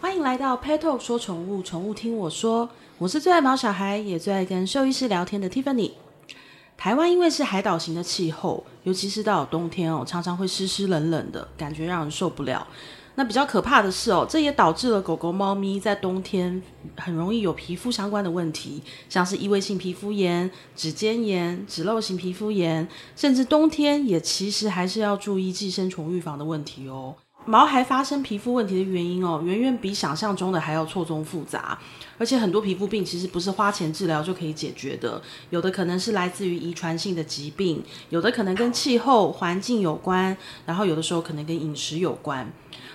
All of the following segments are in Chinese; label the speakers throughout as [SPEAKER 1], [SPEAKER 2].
[SPEAKER 1] 欢迎来到 Pet Talk 说宠物，宠物听我说。我是最爱毛小孩，也最爱跟兽医师聊天的 Tiffany。台湾因为是海岛型的气候，尤其是到了冬天哦，常常会湿湿冷冷的感觉，让人受不了。那比较可怕的是哦，这也导致了狗狗、猫咪在冬天很容易有皮肤相关的问题，像是异位性皮肤炎、指尖炎、脂漏型皮肤炎，甚至冬天也其实还是要注意寄生虫预防的问题哦。毛孩发生皮肤问题的原因哦，远远比想象中的还要错综复杂，而且很多皮肤病其实不是花钱治疗就可以解决的，有的可能是来自于遗传性的疾病，有的可能跟气候环境有关，然后有的时候可能跟饮食有关。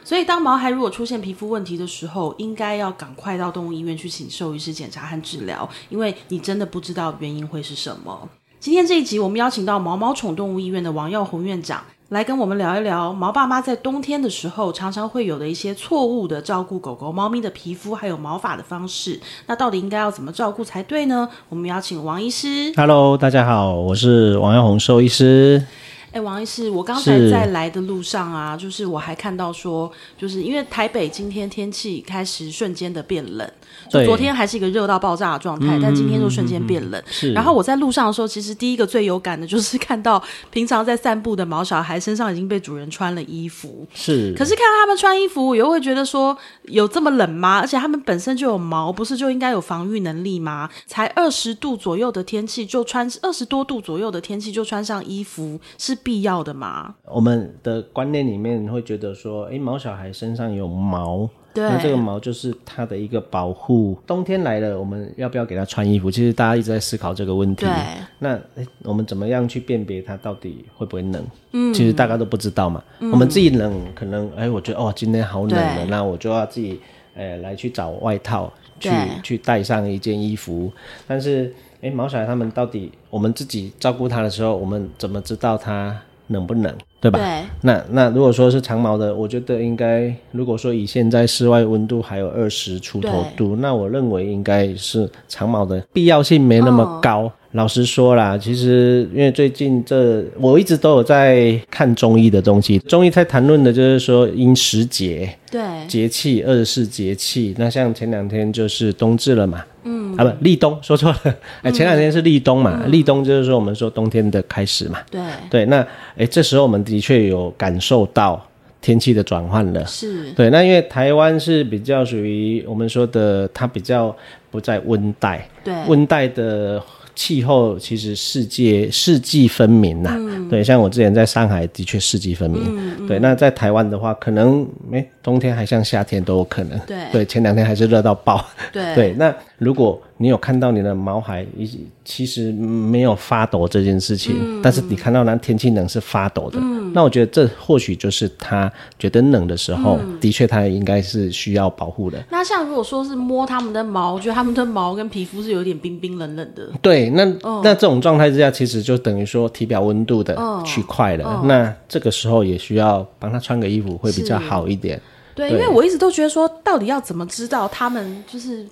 [SPEAKER 1] 所以，当毛孩如果出现皮肤问题的时候，应该要赶快到动物医院去请兽医师检查和治疗，因为你真的不知道原因会是什么。今天这一集，我们邀请到毛毛宠动物医院的王耀红院长来跟我们聊一聊毛爸妈在冬天的时候常常会有的一些错误的照顾狗狗、猫咪的皮肤还有毛发的方式。那到底应该要怎么照顾才对呢？我们邀请王医师。
[SPEAKER 2] Hello，大家好，我是王耀红兽医师。
[SPEAKER 1] 哎，王医师，我刚才
[SPEAKER 2] 是
[SPEAKER 1] 在来的路上啊，就是我还看到说，就是因为台北今天天气开始瞬间的变冷，就
[SPEAKER 2] 对嗯
[SPEAKER 1] 昨天还是一个热到爆炸的状态，但今天就瞬间变冷。
[SPEAKER 2] 是，
[SPEAKER 1] 然后我在路上的时候，其实第一个最有感的就是看到平常在散步的毛小孩身上已经被主人穿了衣服，
[SPEAKER 2] 是，
[SPEAKER 1] 可是看到他们穿衣服，我又会觉得说有这么冷吗？而且他们本身就有毛，不是就应该有防御能力吗？才二十度左右的天气就穿二十多度左右的天气就穿上衣服是必要的吗？
[SPEAKER 2] 我们的观念里面会觉得说，诶，毛小孩身上有毛，
[SPEAKER 1] 对
[SPEAKER 2] 那这个毛就是它的一个保护。冬天来了，我们要不要给它穿衣服？其实大家一直在思考这个问题。
[SPEAKER 1] 对，
[SPEAKER 2] 那诶我们怎么样去辨别它到底会不会冷？嗯，其实大家都不知道嘛。我们自己冷，可能诶，我觉得哦，今天好冷了，
[SPEAKER 1] 嗯对
[SPEAKER 2] 那我就要自己诶来去找外套，去
[SPEAKER 1] 对
[SPEAKER 2] 去带上一件衣服。但是诶，毛小孩他们到底我们自己照顾它的时候，我们怎么知道它冷不冷？对吧？
[SPEAKER 1] 对
[SPEAKER 2] 那那如果说是长毛的，我觉得应该，如果说以现在室外温度还有二十出头度，那我认为应该是长毛的必要性没那么高。老实说啦，其实因为最近这我一直都有在看中医的东西，中医在谈论的就是说因时节，
[SPEAKER 1] 对
[SPEAKER 2] 节气，二十四节气。那像前两天就是冬至了嘛，嗯，啊不，立冬，说错了，哎，前两天是立冬嘛，立冬就是说我们说冬天的开始嘛。
[SPEAKER 1] 对，
[SPEAKER 2] 对，那哎，这时候我们的确有感受到天气的转换了。
[SPEAKER 1] 是，
[SPEAKER 2] 对，那因为台湾是比较属于我们说的，它比较不在温带，
[SPEAKER 1] 对
[SPEAKER 2] 温带的气候其实世界四季分明呐、对，像我之前在上海的确四季分明。对，那在台湾的话，可能没、诶冬天还像夏天都有可能。
[SPEAKER 1] 对
[SPEAKER 2] 对，前两天还是热到爆。
[SPEAKER 1] 对
[SPEAKER 2] 对，那如果你有看到你的毛孩一其实没有发抖这件事情，但是你看到那天气冷是发抖的，那我觉得这或许就是他觉得冷的时候，的确他应该是需要保护的。
[SPEAKER 1] 那像如果说是摸他们的毛，我觉得他们的毛跟皮肤是有点冰冰冷冷的。
[SPEAKER 2] 对，那、那这种状态之下，其实就等于说体表温度的区块了。那这个时候也需要帮他穿个衣服会比较好一点。
[SPEAKER 1] 对，因为
[SPEAKER 2] 对
[SPEAKER 1] 我一直都觉得说，到底要怎么知道他们就是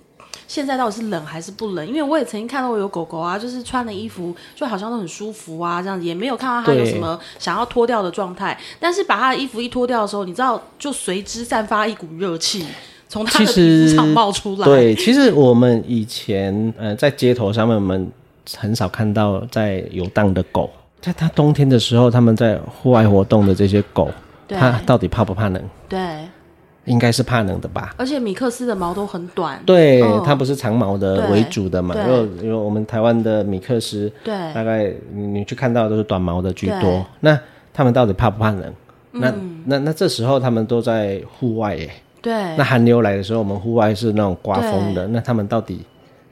[SPEAKER 1] 现在到底是冷还是不冷？因为我也曾经看到有狗狗啊，就是穿的衣服就好像都很舒服啊，这样子也没有看到它有
[SPEAKER 2] 对
[SPEAKER 1] 什么想要脱掉的状态。但是把它的衣服一脱掉的时候，你知道就随之散发一股热气从它的
[SPEAKER 2] 其
[SPEAKER 1] 皮
[SPEAKER 2] 实
[SPEAKER 1] 肤上冒出来。
[SPEAKER 2] 对，其实我们以前呃在街头上面，我们很少看到在游荡的狗。在它冬天的时候，它们在户外活动的这些狗，
[SPEAKER 1] 对
[SPEAKER 2] 它到底怕不怕冷？
[SPEAKER 1] 对，
[SPEAKER 2] 应该是怕冷的吧？
[SPEAKER 1] 而且米克斯的毛都很短。
[SPEAKER 2] 对，
[SPEAKER 1] 嗯
[SPEAKER 2] 它不是长毛的
[SPEAKER 1] 对
[SPEAKER 2] 为主的嘛？
[SPEAKER 1] 对
[SPEAKER 2] 因为因为我们台湾的米克斯，
[SPEAKER 1] 对
[SPEAKER 2] 大概你你去看到的都是短毛的居
[SPEAKER 1] 对嗯
[SPEAKER 2] 多。那他们到底怕不怕冷？那、那那这时候他们都在户外耶。
[SPEAKER 1] 对
[SPEAKER 2] 那寒流来的时候，我们户外是那种刮风的，那他们到底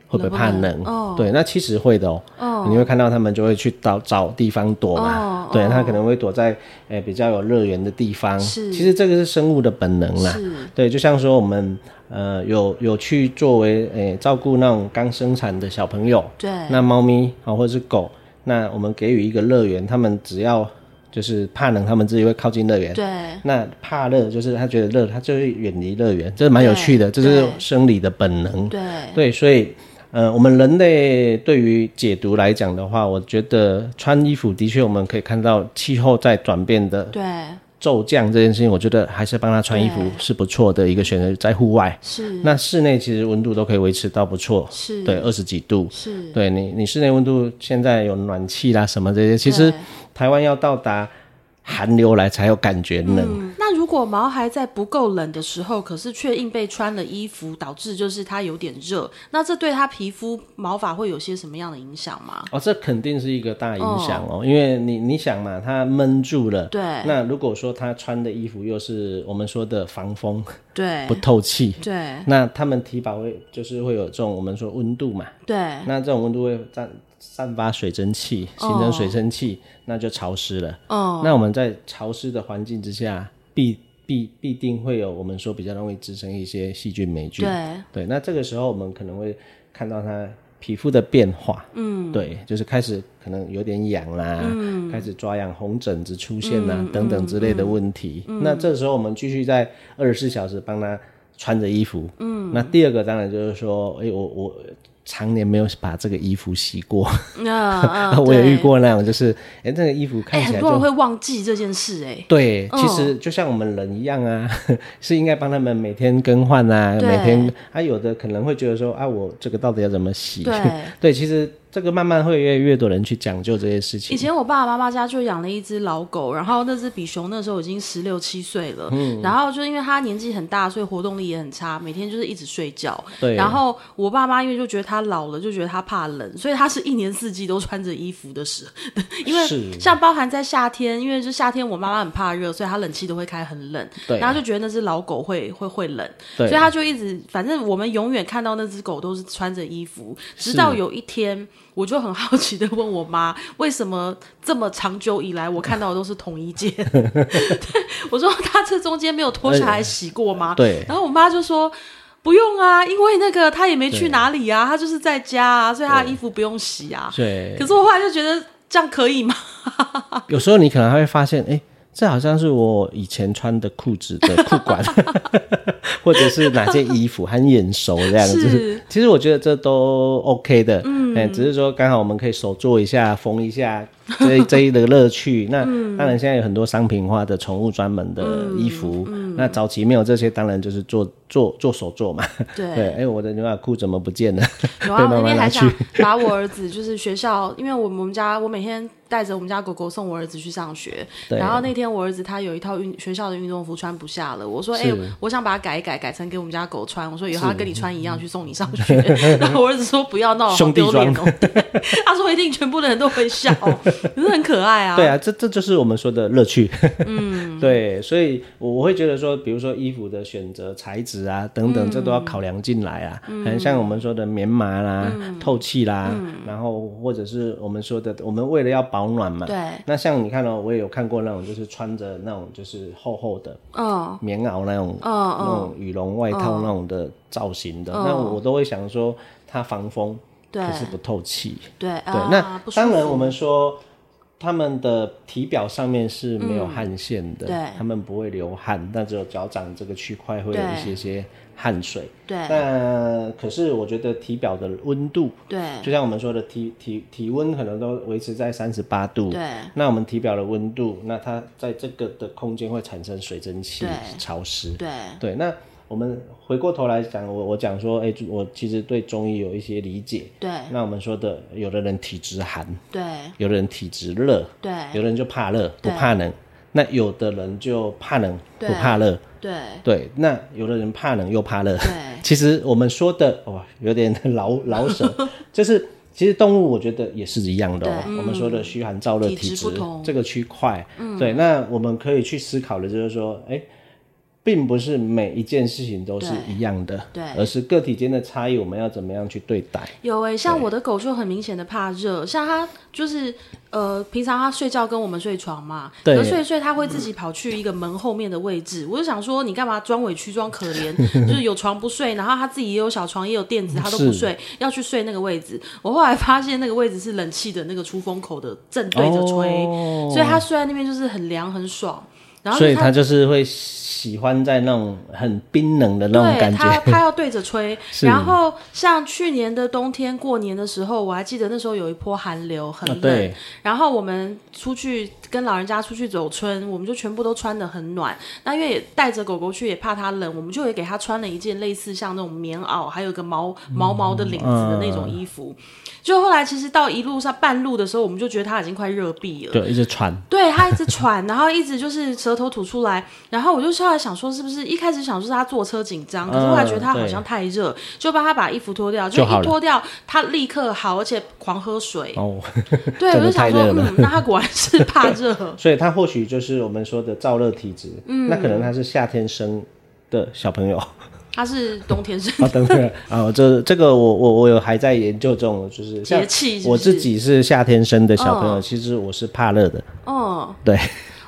[SPEAKER 2] 会不会怕冷？
[SPEAKER 1] 冷不冷哦
[SPEAKER 2] 对，那其实会的哦。
[SPEAKER 1] 嗯
[SPEAKER 2] 你会看到他们就会去找找地方躲嘛。
[SPEAKER 1] 哦
[SPEAKER 2] 对，他可能会躲在诶、呃比较有热源的地方。
[SPEAKER 1] 是
[SPEAKER 2] 其实这个是生物的本能啦。
[SPEAKER 1] 是，
[SPEAKER 2] 对，就像说我们呃有有去作为诶、呃照顾那种刚生产的小朋友，
[SPEAKER 1] 对
[SPEAKER 2] 那猫咪啊、或者是狗，那我们给予一个乐园，他们只要就是怕冷，他们自己会靠近乐园。
[SPEAKER 1] 对，
[SPEAKER 2] 那怕热就是他觉得热，他就会远离乐园，这蛮有趣的，这是生理的本能。
[SPEAKER 1] 对，
[SPEAKER 2] 对，所以呃，我们人类对于解读来讲的话，我觉得穿衣服的确我们可以看到气候在转变的
[SPEAKER 1] 对，
[SPEAKER 2] 骤降这件事情，我觉得还是帮他穿衣服
[SPEAKER 1] 对
[SPEAKER 2] 是不错的一个选择，在户外。
[SPEAKER 1] 是
[SPEAKER 2] 那室内其实温度都可以维持到不错，
[SPEAKER 1] 是，
[SPEAKER 2] 对，二十几度。
[SPEAKER 1] 是，
[SPEAKER 2] 对你，你室内温度现在有暖气啦什么这些，其实
[SPEAKER 1] 对
[SPEAKER 2] 台湾要到达寒流来才有感觉冷。
[SPEAKER 1] 嗯，那如果毛孩在不够冷的时候，可是却硬被穿了衣服，导致就是它有点热，那这对它皮肤毛发会有些什么样的影响吗？
[SPEAKER 2] 哦，这肯定是一个大影响哦，因为你你想嘛，它闷住了。
[SPEAKER 1] 对
[SPEAKER 2] 那如果说他穿的衣服又是我们说的防风
[SPEAKER 1] 对
[SPEAKER 2] 不透气，
[SPEAKER 1] 对
[SPEAKER 2] 那他们体表会就是会有这种我们说温度嘛，
[SPEAKER 1] 对，
[SPEAKER 2] 那这种温度会散散发水蒸气，形成水蒸气，那就潮湿了。
[SPEAKER 1] 哦，
[SPEAKER 2] 那我们在潮湿的环境之下，必必必定会有我们说比较容易滋生一些细菌霉菌。
[SPEAKER 1] 对
[SPEAKER 2] 对，那这个时候我们可能会看到它皮肤的变化，嗯，对，就是开始可能有点痒啦，
[SPEAKER 1] 嗯
[SPEAKER 2] 开始抓痒、红疹子出现啦、等等之类的问题。
[SPEAKER 1] 嗯
[SPEAKER 2] 那这时候我们继续在二十四小时帮它穿着衣服，嗯，那第二个当然就是说，哎、我我常年没有把这个衣服洗过，
[SPEAKER 1] 那
[SPEAKER 2] 我也遇。
[SPEAKER 1] 嗯对
[SPEAKER 2] 过那种，就是哎、这个衣服
[SPEAKER 1] 哎、
[SPEAKER 2] 看起
[SPEAKER 1] 很
[SPEAKER 2] 来
[SPEAKER 1] 多
[SPEAKER 2] 就
[SPEAKER 1] 人会忘记这件事、哎，
[SPEAKER 2] 对，
[SPEAKER 1] 嗯
[SPEAKER 2] 其实就像我们人一样啊， 是应该帮他们每天更换啊，
[SPEAKER 1] 对
[SPEAKER 2] 每天啊，有的可能会觉得说啊，我这个到底要怎么洗？
[SPEAKER 1] 对
[SPEAKER 2] 其实这个慢慢会越来越多人去讲究这些事
[SPEAKER 1] 以
[SPEAKER 2] 情。
[SPEAKER 1] 前我爸爸妈妈家就养了一只老狗，然后那只比熊那时候已经十六七岁了，
[SPEAKER 2] 嗯
[SPEAKER 1] 然后就因为它年纪很大，所以活动力也很差，每天就是一直睡觉。
[SPEAKER 2] 对
[SPEAKER 1] 然后我爸妈因为就觉得它老了，就觉得它怕冷，所以它是一年四季都穿着衣服的时， 因为
[SPEAKER 2] 是
[SPEAKER 1] 像包含在夏天，因为就夏天我妈妈很怕热，所以她冷气都会开很冷，
[SPEAKER 2] 对啊
[SPEAKER 1] 然后就觉得那只老狗会会会冷，所
[SPEAKER 2] 对
[SPEAKER 1] 以她就一直反正我们永远看到那只狗都是穿着衣服，直到有一天。我就很好奇的问我妈，为什么这么长久以来我看到的都是同一 件？对我说她这中间没有脱下来洗过吗？
[SPEAKER 2] 对
[SPEAKER 1] 然后我妈就说不用啊，因为那个她也没去哪里啊，她就是在家啊，所以她的衣服不用洗啊。
[SPEAKER 2] 对
[SPEAKER 1] 可，是我后来就觉得这样可以吗？
[SPEAKER 2] 有时候你可能还会发现，哎，这好像是我以前穿的裤子 的裤管， 或者是哪件衣服很眼熟这样子
[SPEAKER 1] 是。
[SPEAKER 2] 其实我觉得这都 OK 的，嗯，哎，只是说刚好我们可以手做一下、缝一下这 这一的乐趣。那
[SPEAKER 1] 嗯
[SPEAKER 2] 当然现在有很多商品化的宠物专门的衣服，
[SPEAKER 1] 嗯
[SPEAKER 2] 那早期没有这些，当然就是做做做手做嘛。
[SPEAKER 1] 对
[SPEAKER 2] 对，哎，我的牛仔裤怎么不见了？
[SPEAKER 1] 有啊，
[SPEAKER 2] 被
[SPEAKER 1] 我那
[SPEAKER 2] 妈妈
[SPEAKER 1] 天还
[SPEAKER 2] 拿
[SPEAKER 1] 想
[SPEAKER 2] 去。
[SPEAKER 1] 把我儿子就是学校，因为我们家我每天带着我们家狗狗送我儿子去上学，
[SPEAKER 2] 对
[SPEAKER 1] 然后那天我儿子他有一套运学校的运动服穿不下了，我说哎、
[SPEAKER 2] 是
[SPEAKER 1] 我想把它改一改，改成给我们家狗穿，我说以后他跟你穿一样去送你上学， 然后我儿子说不要闹，好
[SPEAKER 2] 嗯兄弟
[SPEAKER 1] 丢脸哦，对他说一定全部的人都会 笑，可是很可爱啊，
[SPEAKER 2] 对啊，这这就是我们说的乐趣。 嗯，对，所以我我会觉得说，比如说衣服的选择、材质啊等等，这都要考量进来啊。嗯，像我们说的棉麻啦、透气啦，然后或者是我们说的，我们为了要保暖嘛。
[SPEAKER 1] 对，
[SPEAKER 2] 那像你看哦，我也有看过那种，就是穿着那种就是厚厚的
[SPEAKER 1] 嗯，
[SPEAKER 2] 棉袄那种、
[SPEAKER 1] 嗯
[SPEAKER 2] 那种羽绒外套那种的造型的，那我都会想说它防风，
[SPEAKER 1] 对
[SPEAKER 2] 可是不透气。
[SPEAKER 1] 对
[SPEAKER 2] 对，
[SPEAKER 1] 啊，
[SPEAKER 2] 那
[SPEAKER 1] 不舒
[SPEAKER 2] 当然
[SPEAKER 1] 服
[SPEAKER 2] 我们说他们的体表上面是没有汗腺的，
[SPEAKER 1] 嗯对
[SPEAKER 2] 他们不会流汗，但只有脚掌这个区块会有
[SPEAKER 1] 对
[SPEAKER 2] 一些些汗水。
[SPEAKER 1] 对
[SPEAKER 2] 那可是我觉得体表的温度，
[SPEAKER 1] 对
[SPEAKER 2] 就像我们说的体体体温可能都维持在三十八度，
[SPEAKER 1] 对
[SPEAKER 2] 那我们体表的温度，那它在这个的空间会产生水蒸气
[SPEAKER 1] 对
[SPEAKER 2] 潮湿，
[SPEAKER 1] 对
[SPEAKER 2] 对，那我们回过头来讲，我我讲说，哎、我其实对中医有一些理解，
[SPEAKER 1] 对
[SPEAKER 2] 那我们说的，有的人体质寒，
[SPEAKER 1] 对
[SPEAKER 2] 有的人体质热，
[SPEAKER 1] 对
[SPEAKER 2] 有的人就怕热不
[SPEAKER 1] 对
[SPEAKER 2] 怕冷，那有的人就怕冷不
[SPEAKER 1] 对
[SPEAKER 2] 怕热，
[SPEAKER 1] 对
[SPEAKER 2] 对，那有的人怕冷又怕热。
[SPEAKER 1] 对
[SPEAKER 2] 其实我们说的哇，有点老老舍， 就是其实动物我觉得也是一样的、哦。我们说的虚寒燥
[SPEAKER 1] 嗯
[SPEAKER 2] 热
[SPEAKER 1] 体
[SPEAKER 2] 体
[SPEAKER 1] 质
[SPEAKER 2] 质
[SPEAKER 1] 不同嗯
[SPEAKER 2] 这个区块，对，那我们可以去思考的就是说，哎，并不是每一件事情都是一样的，
[SPEAKER 1] 对对
[SPEAKER 2] 而是个体间的差异，我们要怎么样去对待？
[SPEAKER 1] 有诶、像我的狗就很明显的怕热，像它就是呃，平常它睡觉跟我们睡床嘛，
[SPEAKER 2] 对
[SPEAKER 1] 可是睡一睡它会自己跑去一个门后面的位置，我就想说你干嘛装委屈装可怜， 就是有床不睡，然后它自己也有小床也有垫子，它都不
[SPEAKER 2] 嗯是
[SPEAKER 1] 睡，要去睡那个位置。我后来发现那个位置是冷气的那个出风口的正对着吹，
[SPEAKER 2] 哦
[SPEAKER 1] 所以它睡在那边就是很凉很爽。然后
[SPEAKER 2] 所以
[SPEAKER 1] 它
[SPEAKER 2] 他就是会喜欢在那种很冰冷的那种
[SPEAKER 1] 对
[SPEAKER 2] 感
[SPEAKER 1] 他，
[SPEAKER 2] 觉，
[SPEAKER 1] 他要对着 吹。然后像去年的冬天过年的时候，我还记得那时候有一波寒流，很
[SPEAKER 2] 啊
[SPEAKER 1] 冷。
[SPEAKER 2] 对
[SPEAKER 1] 然后我们出去跟老人家出去走春，我们就全部都穿的很暖。那因为也带着狗狗去，也怕它冷，我们就也给它穿了一件类似像那种棉袄，还有一个毛
[SPEAKER 2] 嗯
[SPEAKER 1] 毛毛的领子的那种衣服。就后来其实到一路上半路的时候，我们就觉得它已经快热毙了。
[SPEAKER 2] 就一直喘。
[SPEAKER 1] 对他一直喘，然后一直就是舌头吐出来，然后我就后来想说，是不是一开始想说是他坐车紧张，可是后来觉得他好像太热，就帮他把衣服脱掉，就
[SPEAKER 2] 嗯就好
[SPEAKER 1] 一
[SPEAKER 2] 了
[SPEAKER 1] 脱掉他立刻好，而且狂喝水。
[SPEAKER 2] 哦，
[SPEAKER 1] 对，我
[SPEAKER 2] 真的
[SPEAKER 1] 就想
[SPEAKER 2] 太
[SPEAKER 1] 说，
[SPEAKER 2] 热了。
[SPEAKER 1] 嗯，那他果然是怕热
[SPEAKER 2] 所以他或许就是我们说的燥热体质，
[SPEAKER 1] 嗯
[SPEAKER 2] 那可能他是夏天生的小朋友。
[SPEAKER 1] 他是冬天生
[SPEAKER 2] 啊，等等啊，这这个我我我有还在研究中，就是像
[SPEAKER 1] 节气是不是
[SPEAKER 2] 我自己是夏天生的小朋友，其实我是怕热的，
[SPEAKER 1] 哦
[SPEAKER 2] 对，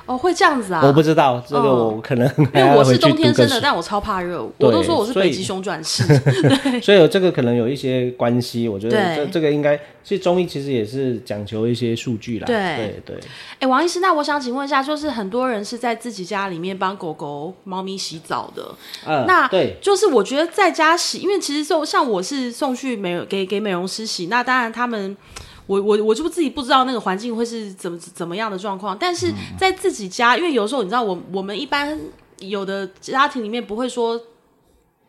[SPEAKER 1] 哦，会这样子啊？哦
[SPEAKER 2] 我不知道这个我可能还
[SPEAKER 1] 因为
[SPEAKER 2] 要
[SPEAKER 1] 我
[SPEAKER 2] 回
[SPEAKER 1] 是
[SPEAKER 2] 去
[SPEAKER 1] 冬天
[SPEAKER 2] 读个
[SPEAKER 1] 生的，
[SPEAKER 2] 书，
[SPEAKER 1] 但我超怕热，我都
[SPEAKER 2] 对
[SPEAKER 1] 说我是
[SPEAKER 2] 所
[SPEAKER 1] 北
[SPEAKER 2] 以
[SPEAKER 1] 极熊转世。
[SPEAKER 2] 所以这个可能有一些关系，我觉得
[SPEAKER 1] 对
[SPEAKER 2] 这这个应该，其实中医其实也是讲求一些数据啦，
[SPEAKER 1] 对
[SPEAKER 2] 对对，
[SPEAKER 1] 哎、王医师，那我想请问一下，就是很多人是在自己家里面帮狗狗、猫咪洗澡的，
[SPEAKER 2] 嗯
[SPEAKER 1] 那
[SPEAKER 2] 对
[SPEAKER 1] 就是我觉得在家洗，因为其实就像我是送去美给给美容师洗，那当然他们。我我我就自己不知道那个环境会是怎么怎么样的状
[SPEAKER 2] 嗯
[SPEAKER 1] 况，但是在自己家，因为有时候你知道我我们一般有的家庭里面不会说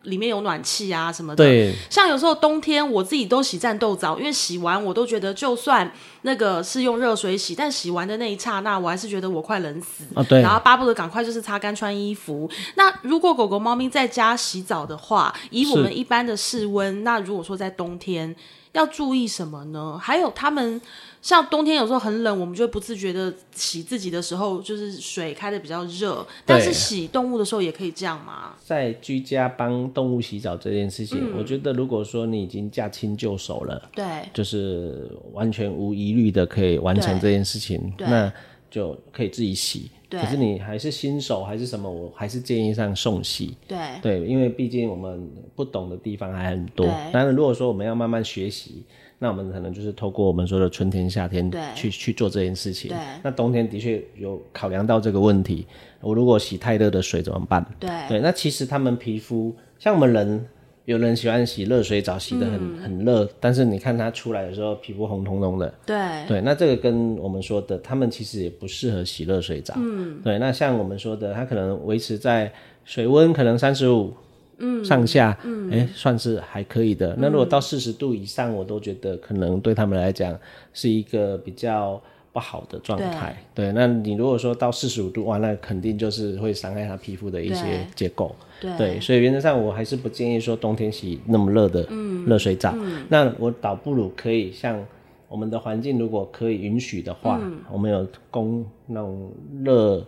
[SPEAKER 1] 里面有暖气啊什么的，
[SPEAKER 2] 对
[SPEAKER 1] 像有时候冬天我自己都洗战斗澡，因为洗完我都觉得，就算那个是用热水洗，但洗完的那一刹那，我还是觉得我快冷死，
[SPEAKER 2] 啊对
[SPEAKER 1] 然，后巴不得赶快就是擦干穿衣服。那如果狗狗、猫咪在家洗澡的话，以我
[SPEAKER 2] 是
[SPEAKER 1] 们一般的室温，那如果说在冬天要注意什么呢？还有它们像冬天有时候很冷，我们就会不自觉的洗自己的时候，就是水开的比较热，但是
[SPEAKER 2] 对
[SPEAKER 1] 洗动物的时候也可以这样吗？
[SPEAKER 2] 在居家帮动物洗澡这件事情，
[SPEAKER 1] 嗯
[SPEAKER 2] 我觉得如果说你已经驾轻就熟了。
[SPEAKER 1] 对，
[SPEAKER 2] 就是完全无疑虑的可以完成这件事情，
[SPEAKER 1] 对
[SPEAKER 2] 那就可以自己洗。
[SPEAKER 1] 对
[SPEAKER 2] 可是你还是新手还是什么，我还是建议上送洗。
[SPEAKER 1] 对，
[SPEAKER 2] 对，因为毕竟我们不懂的地方还很多
[SPEAKER 1] 对。
[SPEAKER 2] 当然，如果说我们要慢慢学习，那我们可能就是透过我们说的春天、夏天
[SPEAKER 1] 对
[SPEAKER 2] 去去做这件事情
[SPEAKER 1] 对。
[SPEAKER 2] 那冬天的确有考量到这个问题，我如果洗太热的水怎么办？
[SPEAKER 1] 对，
[SPEAKER 2] 对，那其实他们皮肤像我们人，有人喜欢洗热水澡，洗得很、
[SPEAKER 1] 嗯
[SPEAKER 2] 很热，但是你看他出来的时候皮肤红彤彤的。
[SPEAKER 1] 对，
[SPEAKER 2] 对，那这个跟我们说的，他们其实也不适合洗热水澡。嗯，对，那像我们说的，它可能维持在水温可能三十五。嗯，上下，嗯，哎，算是还可以的。那如果到四十度以上，我都觉得可能对他们来讲是一个比较不好的状态。对，那你如果说到四十五度，哇，那肯定就是会伤害他皮肤的一些结构。
[SPEAKER 1] 对
[SPEAKER 2] 所以原则上我还是不建议说冬天洗那么热的
[SPEAKER 1] 嗯
[SPEAKER 2] 热水澡。那我倒不如可以像我们的环境如果可以允许的话，
[SPEAKER 1] 嗯
[SPEAKER 2] 我们有供那种热，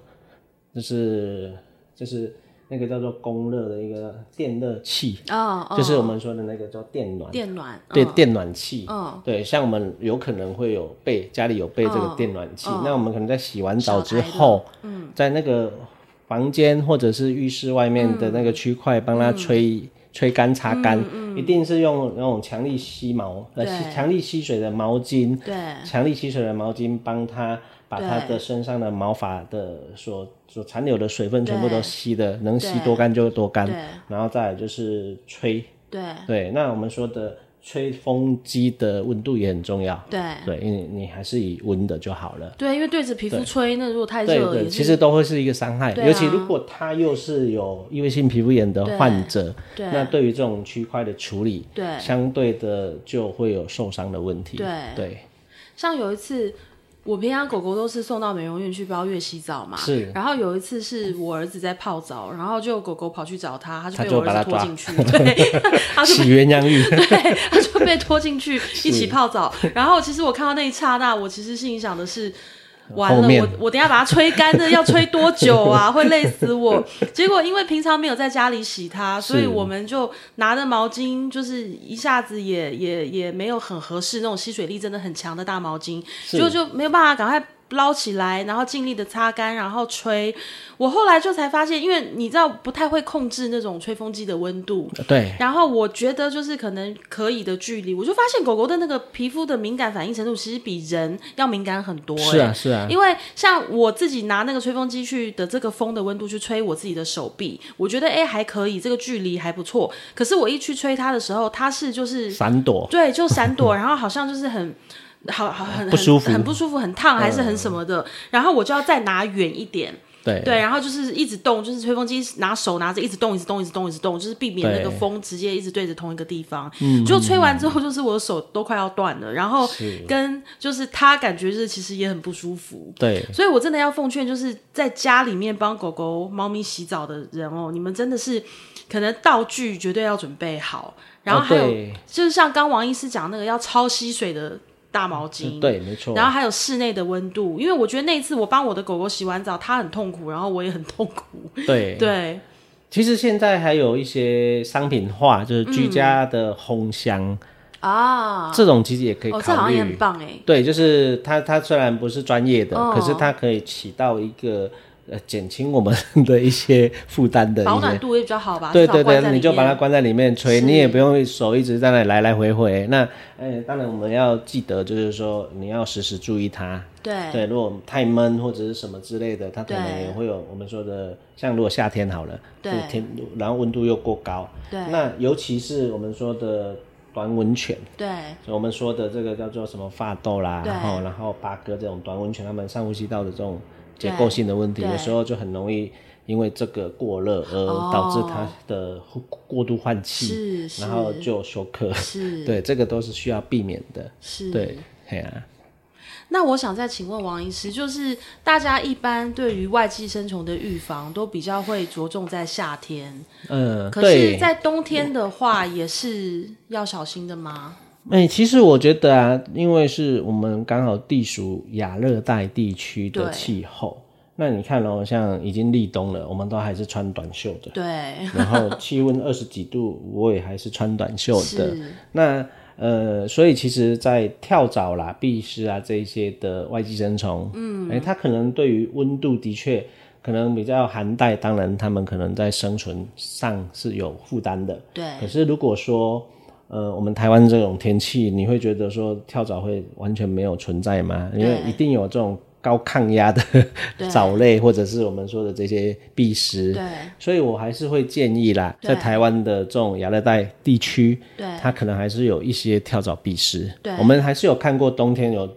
[SPEAKER 2] 就是就是那个叫做供热的一个电热器，
[SPEAKER 1] 哦，哦
[SPEAKER 2] 就是我们说的那个叫电暖，
[SPEAKER 1] 电暖，
[SPEAKER 2] 对，
[SPEAKER 1] 嗯
[SPEAKER 2] 电暖器。
[SPEAKER 1] 嗯
[SPEAKER 2] 对，像我们有可能会有备，家里有备这个
[SPEAKER 1] 嗯
[SPEAKER 2] 电暖器，
[SPEAKER 1] 嗯
[SPEAKER 2] 那我们可能在洗完澡之
[SPEAKER 1] 小台的嗯
[SPEAKER 2] 后，在那个房间或者是浴室外面的
[SPEAKER 1] 嗯
[SPEAKER 2] 那个区块，帮它吹、吹干、擦干，一定是用那种强力吸毛，呃，
[SPEAKER 1] 对
[SPEAKER 2] 吸强力吸水的毛巾，
[SPEAKER 1] 对
[SPEAKER 2] 强力吸水的毛巾帮它把它
[SPEAKER 1] 对
[SPEAKER 2] 的身上的毛发的所所残留的水分全部都
[SPEAKER 1] 对
[SPEAKER 2] 吸的，能吸
[SPEAKER 1] 对
[SPEAKER 2] 多干就多干
[SPEAKER 1] 对，
[SPEAKER 2] 然后再来就是吹，
[SPEAKER 1] 对
[SPEAKER 2] 对，那我们说的吹风机的温度也很重要。
[SPEAKER 1] 对
[SPEAKER 2] 对，因为你还是以温的就好了。
[SPEAKER 1] 对，因为对着皮肤吹，那如果太
[SPEAKER 2] 对
[SPEAKER 1] 热
[SPEAKER 2] 对，
[SPEAKER 1] 也
[SPEAKER 2] 其
[SPEAKER 1] 是
[SPEAKER 2] 实都会是一个伤害，
[SPEAKER 1] 对啊
[SPEAKER 2] 尤其如果他又是有异位性皮肤炎的患者，
[SPEAKER 1] 对对
[SPEAKER 2] 那对于这种区块的处理，
[SPEAKER 1] 对
[SPEAKER 2] 相对的就会有受伤的问题。
[SPEAKER 1] 对
[SPEAKER 2] 对
[SPEAKER 1] 像有一次。我平常狗狗都是送到美容院去包月洗澡嘛，
[SPEAKER 2] 是
[SPEAKER 1] 然后有一次是我儿子在泡澡，然后就狗狗跑去找他，他就
[SPEAKER 2] 他
[SPEAKER 1] 被
[SPEAKER 2] 就
[SPEAKER 1] 我
[SPEAKER 2] 把
[SPEAKER 1] 儿
[SPEAKER 2] 他
[SPEAKER 1] 子拖
[SPEAKER 2] 抓
[SPEAKER 1] 进 去，对，他就
[SPEAKER 2] 洗鸳鸯 浴，
[SPEAKER 1] 对，他就被拖进去一起泡澡。然后其实我看到那一刹那，我其实心里想的是，完
[SPEAKER 2] 后
[SPEAKER 1] 了，
[SPEAKER 2] 面
[SPEAKER 1] 我我等一下把它吹干的，要吹多久啊？ 会累死我。结果因为平常没有在家里洗它，所以
[SPEAKER 2] 是
[SPEAKER 1] 我们就拿着毛巾，就是一下子也也也没有很合适那种吸水力真的很强的大毛巾，就就没有办法赶快。捞起来，然后尽力的擦干，然后吹。我后来就才发现，因为你知道不太会控制那种吹风机的温度，
[SPEAKER 2] 对，
[SPEAKER 1] 然后我觉得就是可能可以的距离，我就发现狗狗的那个皮肤的敏感反应程度其实比人要敏感很多、
[SPEAKER 2] 是啊
[SPEAKER 1] 欸
[SPEAKER 2] 是啊，
[SPEAKER 1] 因为像我自己拿那个吹风机去的这个风的温度去吹我自己的手臂，我觉得哎、还可以，这个距离还不错。可是我一去吹它的时候，它是就是
[SPEAKER 2] 闪躲
[SPEAKER 1] 对，就闪 躲，然后好像就是很。好好很
[SPEAKER 2] 不舒服嗯
[SPEAKER 1] 很，很不舒服，很烫，还是很什么的。然后我就要再拿远一点，
[SPEAKER 2] 对
[SPEAKER 1] 对，然后就是一直动，就是吹风机拿手拿着一直动，一直动，一直动，一直动，就是避免那个
[SPEAKER 2] 对
[SPEAKER 1] 风直接一直对着同一个地方。嗯，就吹完之后，就是我的手都快要断了，然后跟就是它感觉就是其实也很不舒服。
[SPEAKER 2] 对
[SPEAKER 1] 所以，我真的要奉劝，就是在家里面帮狗狗、猫咪洗澡的人哦，你们真的是可能道具绝对要准备好，然后
[SPEAKER 2] 哦
[SPEAKER 1] 还有、
[SPEAKER 2] 对
[SPEAKER 1] 就是像刚王医师讲那个要超吸水的大毛巾，
[SPEAKER 2] 对，没错
[SPEAKER 1] 然，后还有室内的温度，因为我觉得那一次我帮我的狗狗洗完澡，它很痛苦，然后我也很痛苦。
[SPEAKER 2] 对
[SPEAKER 1] 对，
[SPEAKER 2] 其实现在还有一些商品化，就是居
[SPEAKER 1] 嗯
[SPEAKER 2] 家的烘箱，
[SPEAKER 1] 啊，
[SPEAKER 2] 这种其实也可以
[SPEAKER 1] 哦，这好
[SPEAKER 2] 考
[SPEAKER 1] 像也
[SPEAKER 2] 虑。
[SPEAKER 1] 很棒哎。
[SPEAKER 2] 对，就是它，它虽然不是专业的，
[SPEAKER 1] 哦
[SPEAKER 2] 可是它可以起到一个呃减轻我们的一些负担的一
[SPEAKER 1] 保暖
[SPEAKER 2] 些。
[SPEAKER 1] 度也比较好吧？
[SPEAKER 2] 对
[SPEAKER 1] 至少
[SPEAKER 2] 对
[SPEAKER 1] 关在
[SPEAKER 2] 对，
[SPEAKER 1] 里
[SPEAKER 2] 你就把它
[SPEAKER 1] 面
[SPEAKER 2] 关在里面吹，
[SPEAKER 1] 是
[SPEAKER 2] 你也不用手一直在那里来来回回。那，哎，当然我们要记得，就是说你要时时注意它。
[SPEAKER 1] 对
[SPEAKER 2] 对，如果太闷或者是什么之类的，它可能
[SPEAKER 1] 对
[SPEAKER 2] 也会有我们说的，像如果夏天好了，
[SPEAKER 1] 对
[SPEAKER 2] 就是天，然后温度又过高，
[SPEAKER 1] 对
[SPEAKER 2] 那尤其是我们说的短吻犬，
[SPEAKER 1] 对
[SPEAKER 2] 所以我们说的这个叫做什么发豆啦，
[SPEAKER 1] 对
[SPEAKER 2] 然后然后八哥这种短吻犬，它们上呼吸道的这种结构性的问题，
[SPEAKER 1] 对对
[SPEAKER 2] 有时候就很容易因为这个过热而
[SPEAKER 1] 哦
[SPEAKER 2] 导致它的呼过度换气，
[SPEAKER 1] 是是
[SPEAKER 2] 然后就休克，
[SPEAKER 1] 是
[SPEAKER 2] 对，这个都是需要避免的，
[SPEAKER 1] 是
[SPEAKER 2] 对，嘿啊，
[SPEAKER 1] 那我想再请问王医师，就是大家一般对于外寄生虫的预防都比较会着重在夏天，
[SPEAKER 2] 嗯，
[SPEAKER 1] 可是，
[SPEAKER 2] 对。
[SPEAKER 1] 在冬天的话也是要小心的吗？
[SPEAKER 2] 哎、其实我觉得啊，因为是我们刚好地属亚热带地区的
[SPEAKER 1] 对
[SPEAKER 2] 气候，那你看哦，像已经立冬了，我们都还是穿短袖的，
[SPEAKER 1] 对，
[SPEAKER 2] 然后气温二十几度，我也还是穿短袖的。
[SPEAKER 1] 是，
[SPEAKER 2] 那呃，所以其实，在跳蚤啦、蜱虱啊这一些的外寄生虫，嗯，哎、它可能对于温度的确可能比较寒带，当然它们可能在生存上是有负担的。可
[SPEAKER 1] 对，
[SPEAKER 2] 是如果说，呃，我们台湾这种天气，你会觉得说跳蚤会完全没有存在吗？因为
[SPEAKER 1] 对
[SPEAKER 2] 一定有这种高抗压的 藻类，或者是我们说的这些蜱虱。
[SPEAKER 1] 对，
[SPEAKER 2] 所以我还是会建议啦，
[SPEAKER 1] 对
[SPEAKER 2] 在台湾的这种亚热带地区，
[SPEAKER 1] 对，
[SPEAKER 2] 它可能还是有一些跳蚤蜱虱。
[SPEAKER 1] 对
[SPEAKER 2] 我们还是有看过冬天有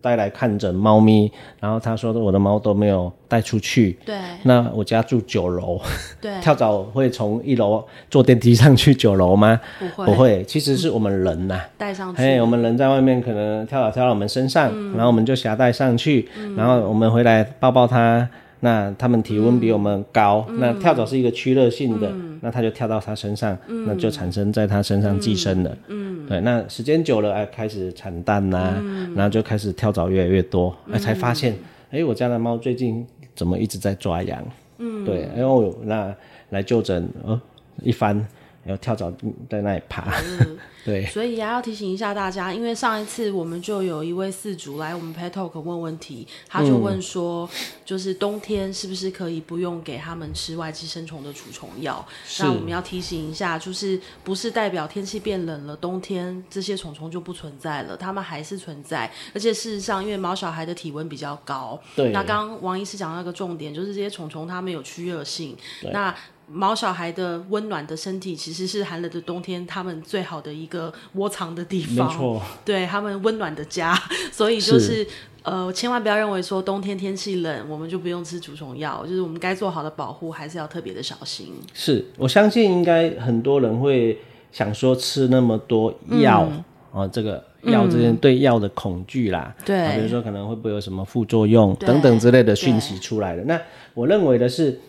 [SPEAKER 2] 带来看诊猫咪，然后他说我的猫都没有带出去。
[SPEAKER 1] 对，
[SPEAKER 2] 那我家住九楼，
[SPEAKER 1] 对，
[SPEAKER 2] 跳蚤会从一楼坐电梯上去九楼吗？
[SPEAKER 1] 不会，
[SPEAKER 2] 不会，其实是我们人呐、
[SPEAKER 1] 带上去，
[SPEAKER 2] 嘿，我们人在外面可能跳啊蚤跳到我们身上，然后我们就携带上去，然后我们回来抱抱它。那它们体温比我们高，那跳蚤是一个趋热性的，那它就跳到它身上，那就产生在它身上寄生了。嗯，对，那时间久了，哎，开始产蛋呐、然后就开始跳蚤越来越多，哎，才发现，哎，我家的猫最近怎么一直在抓痒？嗯，对，哎呦，那来就诊，呃，一翻，然后跳蚤在那里爬， 对，
[SPEAKER 1] 所以呀、要提醒一下大家，因为上一次我们就有一位饲主来我们 Pet Talk 问问题，他
[SPEAKER 2] 嗯
[SPEAKER 1] 就问说，就是冬天是不是可以不用给他们吃外寄生虫的除虫药？那我们要提醒一下，就是不是代表天气变冷了，冬天这些虫虫就不存在了，它们还是存在。而且事实上，因为毛小孩的体温比较高，
[SPEAKER 2] 对
[SPEAKER 1] 那刚刚王医师讲到一个重点，就是这些虫虫它们有趋热性，那。毛小孩的温暖的身体，其实是寒冷的冬天他们最好的一个窝藏的地
[SPEAKER 2] 没
[SPEAKER 1] 方。
[SPEAKER 2] 错，
[SPEAKER 1] 对他们温暖的家， 所以就是
[SPEAKER 2] 是
[SPEAKER 1] 呃，千万不要认为说冬天天气冷，我们就不用吃除虫药，就是我们该做好的保护还是要特别的小心。
[SPEAKER 2] 是我相信应该很多人会想说吃那么多药
[SPEAKER 1] 嗯
[SPEAKER 2] 啊、哦这个药之间对药的恐惧啦，
[SPEAKER 1] 对
[SPEAKER 2] 啊比如说可能会不会有什么副作用
[SPEAKER 1] 对
[SPEAKER 2] 等等之类
[SPEAKER 1] 对
[SPEAKER 2] 的讯息出来了。那我认为的是，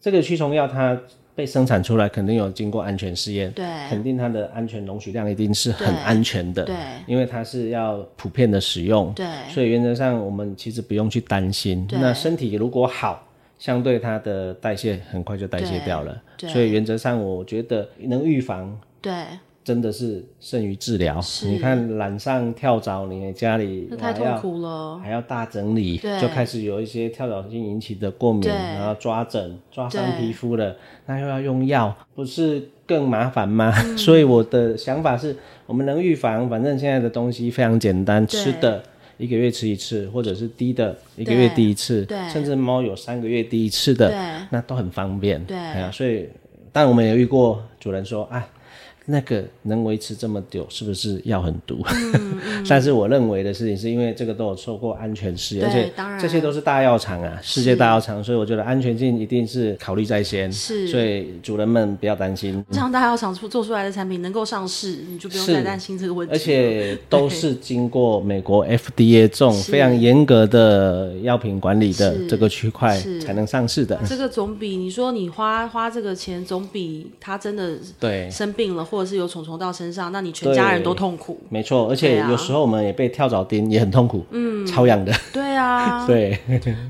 [SPEAKER 2] 这个驱虫药它被生产出来肯定有经过安全试验，
[SPEAKER 1] 对
[SPEAKER 2] 肯定它的安全容许量一定是很安全的，
[SPEAKER 1] 对
[SPEAKER 2] 因为它是要普遍的使用，
[SPEAKER 1] 对
[SPEAKER 2] 所以原则上我们其实不用去担心。
[SPEAKER 1] 对
[SPEAKER 2] 那身体如果好，相对它的代谢很快就代谢掉了，
[SPEAKER 1] 对对
[SPEAKER 2] 所以原则上我觉得能预防
[SPEAKER 1] 对，
[SPEAKER 2] 真的是胜于治疗。
[SPEAKER 1] 是
[SPEAKER 2] 你看染上跳蚤，你家里
[SPEAKER 1] 那太
[SPEAKER 2] 哇要
[SPEAKER 1] 痛苦了。
[SPEAKER 2] 还要大整理，
[SPEAKER 1] 哦对
[SPEAKER 2] 就开始有一些跳蚤性引起的过敏，
[SPEAKER 1] 对
[SPEAKER 2] 然后抓疹、抓伤
[SPEAKER 1] 对
[SPEAKER 2] 皮肤了，那又要用药，不是更麻烦吗？
[SPEAKER 1] 嗯
[SPEAKER 2] 所以我的想法是，我们能预防，反正现在的东西非常简单，
[SPEAKER 1] 对
[SPEAKER 2] 吃的。一个月吃一次，或者是低的一个
[SPEAKER 1] 对
[SPEAKER 2] 月滴一次
[SPEAKER 1] 对，
[SPEAKER 2] 甚至猫有三个月滴一次的
[SPEAKER 1] 对，
[SPEAKER 2] 那都很方便。
[SPEAKER 1] 对
[SPEAKER 2] 哎呀，所以，但我们也遇过主人说啊，那个能维持这么久，是不是药很毒？
[SPEAKER 1] 嗯
[SPEAKER 2] 但是我认为的事情，是因为这个都有受过安全试验，
[SPEAKER 1] 对
[SPEAKER 2] 而且
[SPEAKER 1] 当然
[SPEAKER 2] 这些都是大药厂啊，世界大药厂，所以我觉得安全性一定是考虑在先，
[SPEAKER 1] 是
[SPEAKER 2] 所以主人们不要担心，
[SPEAKER 1] 这样大药厂出做出来的产品能够上市，你就不用再
[SPEAKER 2] 是
[SPEAKER 1] 担心这个问题了。
[SPEAKER 2] 而且都是经过美国 FDA 这种非常严格的药品管理的
[SPEAKER 1] 是
[SPEAKER 2] 这个区块
[SPEAKER 1] 是
[SPEAKER 2] 才能上市的，
[SPEAKER 1] 这个总比你说你花花这个钱，总比他真的
[SPEAKER 2] 对。
[SPEAKER 1] 生病了，或者是有虫虫到身上，那你全家人都痛苦。
[SPEAKER 2] 没错，而且
[SPEAKER 1] 对啊
[SPEAKER 2] 有时候我们也被跳蚤叮，也很痛苦，嗯，超痒的，
[SPEAKER 1] 对啊，
[SPEAKER 2] 对，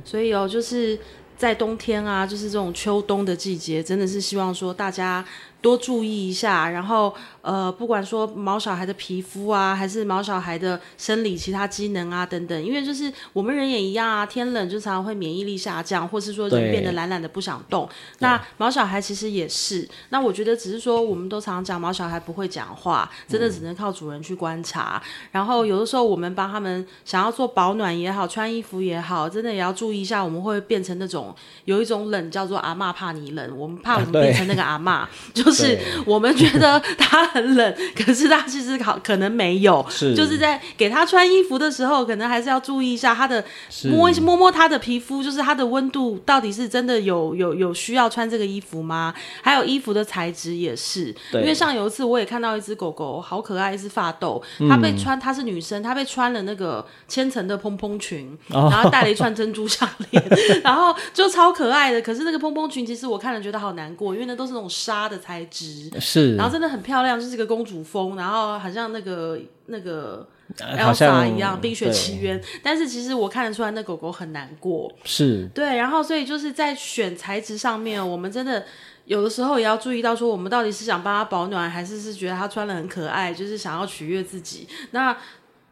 [SPEAKER 1] 所以哦，就是在冬天啊，就是这种秋冬的季节，真的是希望说大家多注意一下。然后呃，不管说毛小孩的皮肤啊，还是毛小孩的生理其他机能啊等等，因为就是我们人也一样啊，天冷就常常会免疫力下降，或是说人
[SPEAKER 2] 对
[SPEAKER 1] 变得懒懒的不想动。那毛小孩其实也是。那我觉得只是说，我们都常讲毛小孩不会讲话，真的只能靠主人去观察。然后有的时候我们帮他们想要做保暖也好，穿衣服也好，真的也要注意一下，我们会变成那种有一种冷叫做阿嬷怕你冷，我们怕我们
[SPEAKER 2] 啊对
[SPEAKER 1] 变成那个阿嬷， 就是
[SPEAKER 2] 对
[SPEAKER 1] 我们觉得 他很冷，可是他其实可可能没有，
[SPEAKER 2] 是
[SPEAKER 1] 就是在给他穿衣服的时候，可能还是要注意一下他的
[SPEAKER 2] 是
[SPEAKER 1] 摸一摸摸他的皮肤，就是他的温度到底是真的有有有需要穿这个衣服吗？还有衣服的材质也是，因
[SPEAKER 2] 对
[SPEAKER 1] 为像有一次我也看到一只狗狗好可爱，一只发豆，
[SPEAKER 2] 嗯
[SPEAKER 1] 它被穿它是女生，它被穿了那个千层的蓬蓬裙，
[SPEAKER 2] 哦
[SPEAKER 1] 然后戴了一串珍珠项 链，然后就超可爱的。可是那个蓬蓬裙其实我看了觉得好难过，因为那都是那种纱的材质，
[SPEAKER 2] 是，
[SPEAKER 1] 然后真的很漂亮，就是个公主风，然后好像那个那个
[SPEAKER 2] 呃好
[SPEAKER 1] Elsa
[SPEAKER 2] 像
[SPEAKER 1] 一样，《冰雪
[SPEAKER 2] 对
[SPEAKER 1] 奇缘》。但是其实我看得出来，那狗狗很难过。
[SPEAKER 2] 是
[SPEAKER 1] 对，然后所以就是在选材质上面，我们真的有的时候也要注意到，说我们到底是想帮它保暖，还是是觉得它穿的很可爱，就是想要取悦自己。那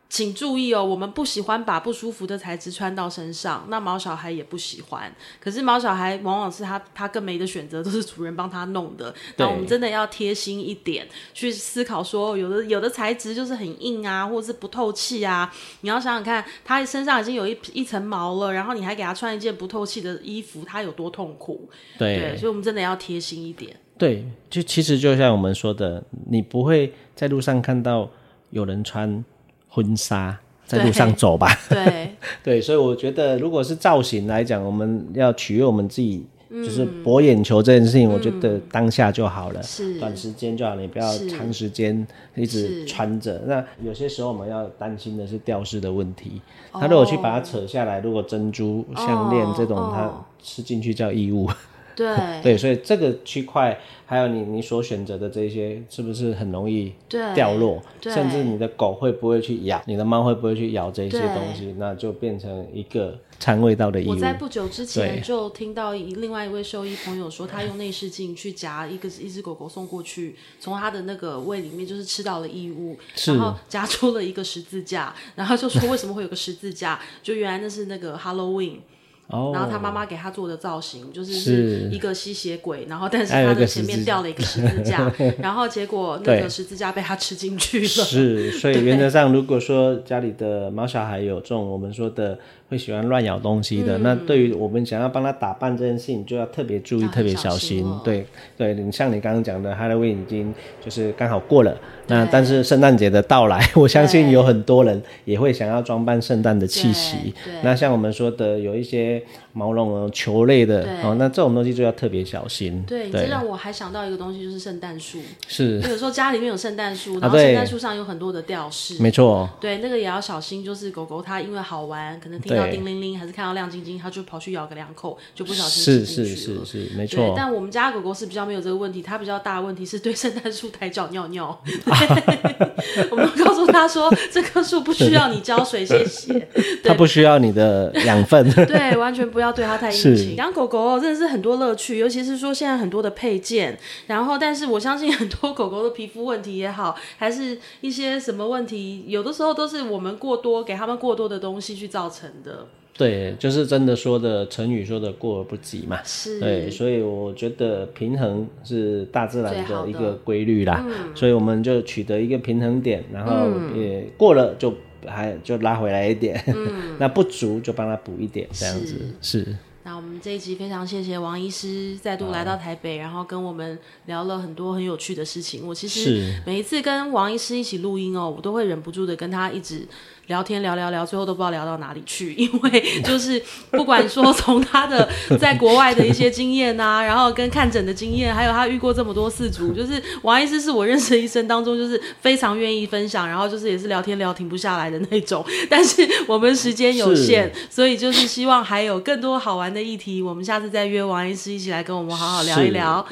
[SPEAKER 1] 请注意哦，我们不喜欢把不舒服的材质穿到身上，那毛小孩也不喜欢。可是毛小孩往往是他他更没得选择，都是主人帮他弄的。那我们真的要贴心一点，去思考说，有的有的材质就是很硬啊，或者是不透气啊。你要想想看，他身上已经有一一层毛了，然后你还给他穿一件不透气的衣服，他有多痛苦？对，
[SPEAKER 2] 对
[SPEAKER 1] 所以我们真的要贴心一点。
[SPEAKER 2] 对，就其实就像我们说的，你不会在路上看到有人穿婚纱在路上走吧？
[SPEAKER 1] 对，
[SPEAKER 2] 对，所以我觉得如果是造型来讲，我们要取悦我们自己。就是
[SPEAKER 1] 嗯
[SPEAKER 2] 博眼球这件事情，我觉得当下就好了，
[SPEAKER 1] 是
[SPEAKER 2] 短时间就好，你不要
[SPEAKER 1] 是
[SPEAKER 2] 长时间一
[SPEAKER 1] 是
[SPEAKER 2] 直穿着。那有些时候我们要担心的是吊饰的问题，它如果去把它扯下来，如果珍珠项链
[SPEAKER 1] 哦
[SPEAKER 2] 这种，
[SPEAKER 1] 哦
[SPEAKER 2] 它吃进去叫异物。
[SPEAKER 1] 对，
[SPEAKER 2] 对，所以这个区块还有你你所选择的这些，是不是很容易
[SPEAKER 1] 对
[SPEAKER 2] 掉落？
[SPEAKER 1] 对
[SPEAKER 2] 甚至你的狗会不会去咬，你的猫会不会去咬这些
[SPEAKER 1] 对
[SPEAKER 2] 东西，那就变成一个掺味道的异
[SPEAKER 1] 我
[SPEAKER 2] 物。
[SPEAKER 1] 在不久之前
[SPEAKER 2] 对
[SPEAKER 1] 就听到一另外一位兽医朋友说，他用内视镜去夹一个 一只狗狗送过去，从他的那个胃里面就是吃到了异物，
[SPEAKER 2] 是
[SPEAKER 1] 然后夹出了一个十字架，然后就说为什么会有个十字架， 就原来那是那个 Halloween。
[SPEAKER 2] 哦，
[SPEAKER 1] 然后他妈妈给他做的造型就是
[SPEAKER 2] 是
[SPEAKER 1] 一个吸血鬼，然后但是
[SPEAKER 2] 还有
[SPEAKER 1] 他
[SPEAKER 2] 一
[SPEAKER 1] 的
[SPEAKER 2] 个
[SPEAKER 1] 前
[SPEAKER 2] 十
[SPEAKER 1] 面
[SPEAKER 2] 字
[SPEAKER 1] 掉了一个十字 架，然后结果那个
[SPEAKER 2] 对
[SPEAKER 1] 十字架被他吃进去了。
[SPEAKER 2] 是，所以原则上，如果说家里的毛小孩有这种我们说的会喜欢乱咬东西的，那对于我们想要帮他打扮这件事情，就要特别注意，
[SPEAKER 1] 要很
[SPEAKER 2] 特别
[SPEAKER 1] 小
[SPEAKER 2] 小
[SPEAKER 1] 心
[SPEAKER 2] 心
[SPEAKER 1] 哦。
[SPEAKER 2] 对对，你像你刚刚讲的，Halloween 已经就是刚好过了，那但是圣诞节的到来， 我相信有很多人也会想要装扮圣诞的气息
[SPEAKER 1] 对对。
[SPEAKER 2] 那像我们说的，有一些些毛绒啊、球类的
[SPEAKER 1] 对
[SPEAKER 2] 哦，那这种东西就要特别小心。
[SPEAKER 1] 对，这让我还想到一个东西，就是圣诞树。
[SPEAKER 2] 是
[SPEAKER 1] 有时候家里面有圣诞树，
[SPEAKER 2] 啊
[SPEAKER 1] 然后圣诞
[SPEAKER 2] 对嗯
[SPEAKER 1] 树上有很多的吊饰。
[SPEAKER 2] 没错，
[SPEAKER 1] 对，那个也要小心，就是狗狗它因为好玩，可能听到
[SPEAKER 2] 对
[SPEAKER 1] 叮铃铃，还是看到亮晶晶，它就跑去咬个两口，就不小心
[SPEAKER 2] 是
[SPEAKER 1] 吃进
[SPEAKER 2] 是
[SPEAKER 1] 去了
[SPEAKER 2] 是。是，没
[SPEAKER 1] 对，
[SPEAKER 2] 错。
[SPEAKER 1] 但我们家的狗狗是比较没有这个问题，它比较大的问题是对圣诞树抬脚尿 尿。对， 我们都告诉它说，这棵树不需要你浇水，谢谢。
[SPEAKER 2] 它不需要你的 养分。
[SPEAKER 1] 对，完全不要对它太殷勤。养狗狗哦、真的是很多乐趣，尤其是说现在很多的配件，然后但是我相信很多狗狗的皮肤问题也好，还是一些什么问题，有的时候都是我们过多给它们过多的东西去造成的。
[SPEAKER 2] 对，就是真的说的成语说的过而不及嘛。
[SPEAKER 1] 是，
[SPEAKER 2] 对，所以我觉得平衡是大自然
[SPEAKER 1] 最好
[SPEAKER 2] 的
[SPEAKER 1] 的
[SPEAKER 2] 一个规律啦，
[SPEAKER 1] 嗯
[SPEAKER 2] 所以我们就取得一个平衡点，然后也过了就还就拉回来一点，
[SPEAKER 1] 嗯
[SPEAKER 2] 那不足就帮他补一点，这样子是
[SPEAKER 1] 那我们这一集非常谢谢王医师再度来到台北，然后跟我们聊了很多很有趣的事情。我其实
[SPEAKER 2] 是
[SPEAKER 1] 每一次跟王医师一起录音哦，我都会忍不住的跟他一直聊天聊聊聊，最后都不知道聊到哪里去， 因为就是不管说从他的在国外的一些经验呐、然后跟看诊的经验，还有他遇过这么多事主，就是王医师是我认识的医生当中就是非常愿意分享，然后就是也是聊天聊停不下来的那种。 但是我们时间有
[SPEAKER 2] 是
[SPEAKER 1] 限，所以就是希望还有更多好玩的议题，我们下次再约王医师一起来跟我们好好聊一聊。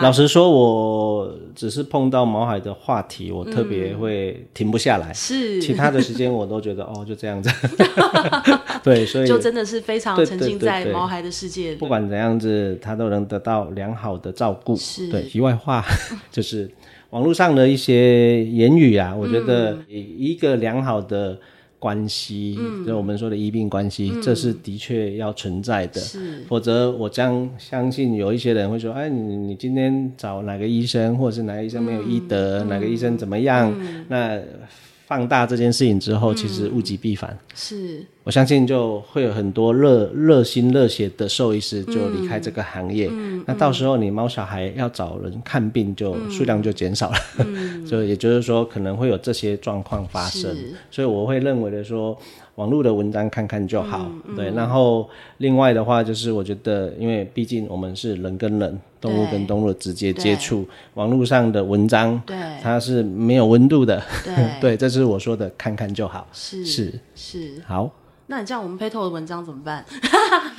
[SPEAKER 2] 老实说，我只是碰到毛海的话题，我特别会停不下来，
[SPEAKER 1] 嗯是，
[SPEAKER 2] 其他的时间我都觉得哦就这 样子， 对，所以
[SPEAKER 1] 就真的是非常
[SPEAKER 2] 对
[SPEAKER 1] 沉
[SPEAKER 2] 对
[SPEAKER 1] 浸
[SPEAKER 2] 对
[SPEAKER 1] 在
[SPEAKER 2] 对
[SPEAKER 1] 毛孩的世界里。
[SPEAKER 2] 不管怎样子，他都能得到良好的照顾。
[SPEAKER 1] 是
[SPEAKER 2] 对，题外话 就是网络上的一些言语啊，我觉得
[SPEAKER 1] 嗯
[SPEAKER 2] 一个良好的关系，就是我们说的医病关系，这是的确要存在
[SPEAKER 1] 嗯
[SPEAKER 2] 的。
[SPEAKER 1] 是，
[SPEAKER 2] 否则我将相信有一些人会说，哎，你你今天找哪个医生，或者是哪个医生没有医德，
[SPEAKER 1] 嗯
[SPEAKER 2] 哪个医生怎么样？那放大这件事情之
[SPEAKER 1] 嗯
[SPEAKER 2] 后，其实物极必反。
[SPEAKER 1] 是，
[SPEAKER 2] 我相信就会有很多热热心热血的兽医师就离开这个行业，
[SPEAKER 1] 嗯
[SPEAKER 2] 那到时候你猫小孩要找人看病就，数量就减少了， 就也就是说可能会有这些状况发生
[SPEAKER 1] 嗯是，
[SPEAKER 2] 所以我会认为的说。网络的文章看看就好，
[SPEAKER 1] 嗯
[SPEAKER 2] 对。然后另外的话，就是我觉得，因为毕竟我们是人跟人、动物跟动物的直接接触，网络上的文章
[SPEAKER 1] 对
[SPEAKER 2] 它是没有温度的，
[SPEAKER 1] 对
[SPEAKER 2] 对，这是我说的看看就好，
[SPEAKER 1] 是
[SPEAKER 2] 是
[SPEAKER 1] 是。
[SPEAKER 2] 好。
[SPEAKER 1] 那你这样我们配透的文章怎么办？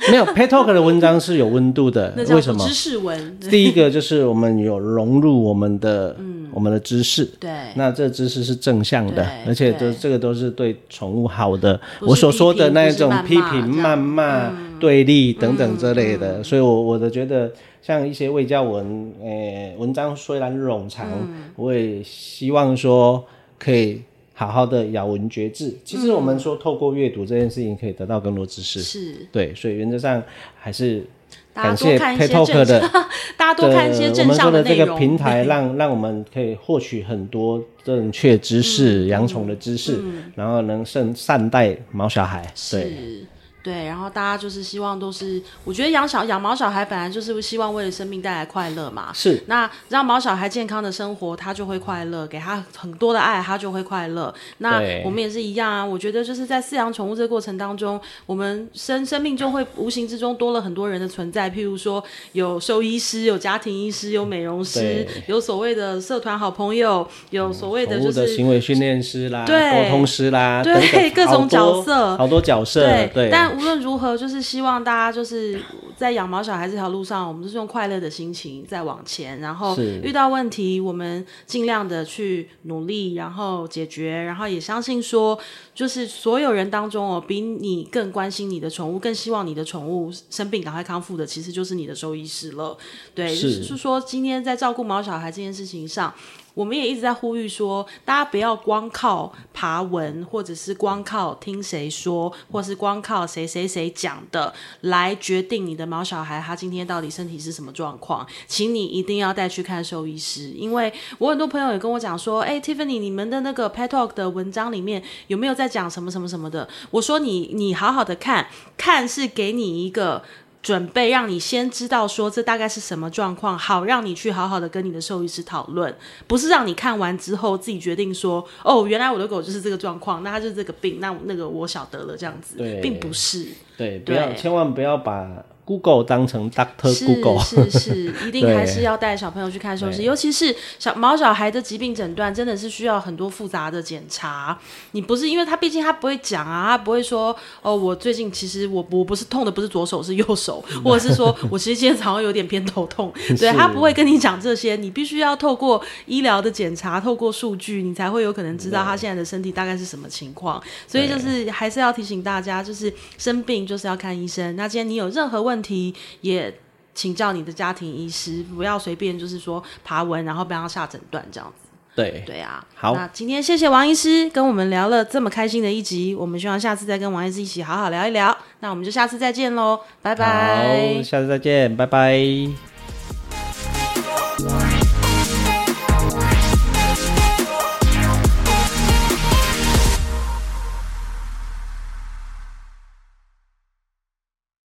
[SPEAKER 2] 没有 Pet Talk 的文章是有温度的
[SPEAKER 1] 那，叫
[SPEAKER 2] 呃为什
[SPEAKER 1] 做
[SPEAKER 2] 么
[SPEAKER 1] 知？识文。
[SPEAKER 2] 第一个就是我们有融入我们 的，我们的知识。
[SPEAKER 1] 对，
[SPEAKER 2] 那这知识是正向的
[SPEAKER 1] 对，
[SPEAKER 2] 而且这
[SPEAKER 1] 对
[SPEAKER 2] 这个都是对宠物好的。
[SPEAKER 1] 不是
[SPEAKER 2] 我所说的那一种
[SPEAKER 1] 批
[SPEAKER 2] 批
[SPEAKER 1] 评
[SPEAKER 2] 评、
[SPEAKER 1] 不是谩
[SPEAKER 2] 谩骂、
[SPEAKER 1] 嗯
[SPEAKER 2] 对立等等之类的，所以我我的觉得，像一些卫教文，呃，文章虽然冗长，
[SPEAKER 1] 嗯
[SPEAKER 2] 我也希望说可以好好的咬文嚼字。其
[SPEAKER 1] 嗯
[SPEAKER 2] 实我们说透过阅读这件事情，可以得到更多知识。
[SPEAKER 1] 是
[SPEAKER 2] 对，所以原则上还是
[SPEAKER 1] 大家
[SPEAKER 2] 感
[SPEAKER 1] 多
[SPEAKER 2] 谢
[SPEAKER 1] 看一些
[SPEAKER 2] Pet
[SPEAKER 1] 正
[SPEAKER 2] Talk
[SPEAKER 1] 向
[SPEAKER 2] 的，呃
[SPEAKER 1] 大家多看一些
[SPEAKER 2] 的我
[SPEAKER 1] 正
[SPEAKER 2] 们
[SPEAKER 1] 向
[SPEAKER 2] 说的这
[SPEAKER 1] 内
[SPEAKER 2] 个
[SPEAKER 1] 容。
[SPEAKER 2] 平台让，让我们可以获取很多正确知
[SPEAKER 1] 嗯
[SPEAKER 2] 识、养宠的知识，然后能善善待毛小孩。对，
[SPEAKER 1] 是。对，然后大家就是希望都是，我觉得养小养毛小孩本来就是希望为了生命带来快乐嘛。
[SPEAKER 2] 是
[SPEAKER 1] 那让毛小孩健康的生活，他就会快乐；给他很多的爱，他就会快乐。那
[SPEAKER 2] 对
[SPEAKER 1] 我们也是一样啊。我觉得就是在饲养宠物这个过程当中，我们生生命中会无形之中多了很多人的存在，譬如说有兽医师、有家庭医师、有美容师
[SPEAKER 2] 对、
[SPEAKER 1] 有所谓的社团好朋友、有所谓的
[SPEAKER 2] 宠
[SPEAKER 1] 就
[SPEAKER 2] 物的
[SPEAKER 1] 是。
[SPEAKER 2] 行为训练师啦，
[SPEAKER 1] 对
[SPEAKER 2] 沟通师啦，
[SPEAKER 1] 对
[SPEAKER 2] 等等
[SPEAKER 1] 各种
[SPEAKER 2] 好多
[SPEAKER 1] 角色
[SPEAKER 2] 好多角色，
[SPEAKER 1] 对，
[SPEAKER 2] 对，
[SPEAKER 1] 但无论如何，就是希望大家就是在养毛小孩这条路上，我们就是用快乐的心情在往前，然后
[SPEAKER 2] 是
[SPEAKER 1] 遇到问题，我们尽量的去努力，然后解决，然后也相信说，就是所有人当中哦，比你更关心你的宠物，更希望你的宠物生病赶快康复的，其实就是你的兽医师了。对，就是
[SPEAKER 2] 是
[SPEAKER 1] 是说今天在照顾毛小孩这件事情上，我们也一直在呼吁说，大家不要光靠爬文，或者是光靠听谁说，或是光靠谁谁谁讲的来决定你的毛小孩他今天到底身体是什么状况，请你一定要带去看兽医师，因为我很多朋友也跟我讲说，哎、t i f f a n y 你们的那个 Pet Talk 的文章里面有没有在讲什么什么什么的？我说你你好好的看，看是给你一个。准备，让你先知道说这大概是什么状况，好让你去好好的跟你的兽医师讨论，不是让你看完之后自己决定说，哦，原来我的狗就是这个状况，那它就是这个病，那那个我晓得了这样子，
[SPEAKER 2] 对
[SPEAKER 1] 并不是。
[SPEAKER 2] 对，不
[SPEAKER 1] 对
[SPEAKER 2] 要千万不要把 Google 当成 Doctor
[SPEAKER 1] 是
[SPEAKER 2] Google。
[SPEAKER 1] 是是，一定
[SPEAKER 2] 对
[SPEAKER 1] 还是要带小朋友去看兽医师，尤其是小毛小孩的疾病诊断，真的是需要很多复杂的检查。你不是因为他，毕竟他不会讲啊，他不会说哦，我最近其实我我不是痛的不是左手是右手， 或者是说我其实今天早上有点偏头痛，对他不会跟你讲这些，你必须要透过医疗的检查，透过数据，你才会有可能知道他现在的身体大概是什么情况。所以就是还是要提醒大家，就是生病就是要看医生。那今天你有任何问题也。请教你的家庭医师，不要随便就是说爬文，然后帮他下诊断这样子。
[SPEAKER 2] 对，
[SPEAKER 1] 对啊，
[SPEAKER 2] 好
[SPEAKER 1] 那今天谢谢王医师跟我们聊了这么开心的一集，我们希望下次再跟王医师一起好好聊一聊。那我们就下次再见喽，拜拜。
[SPEAKER 2] 好，下次再见，拜拜。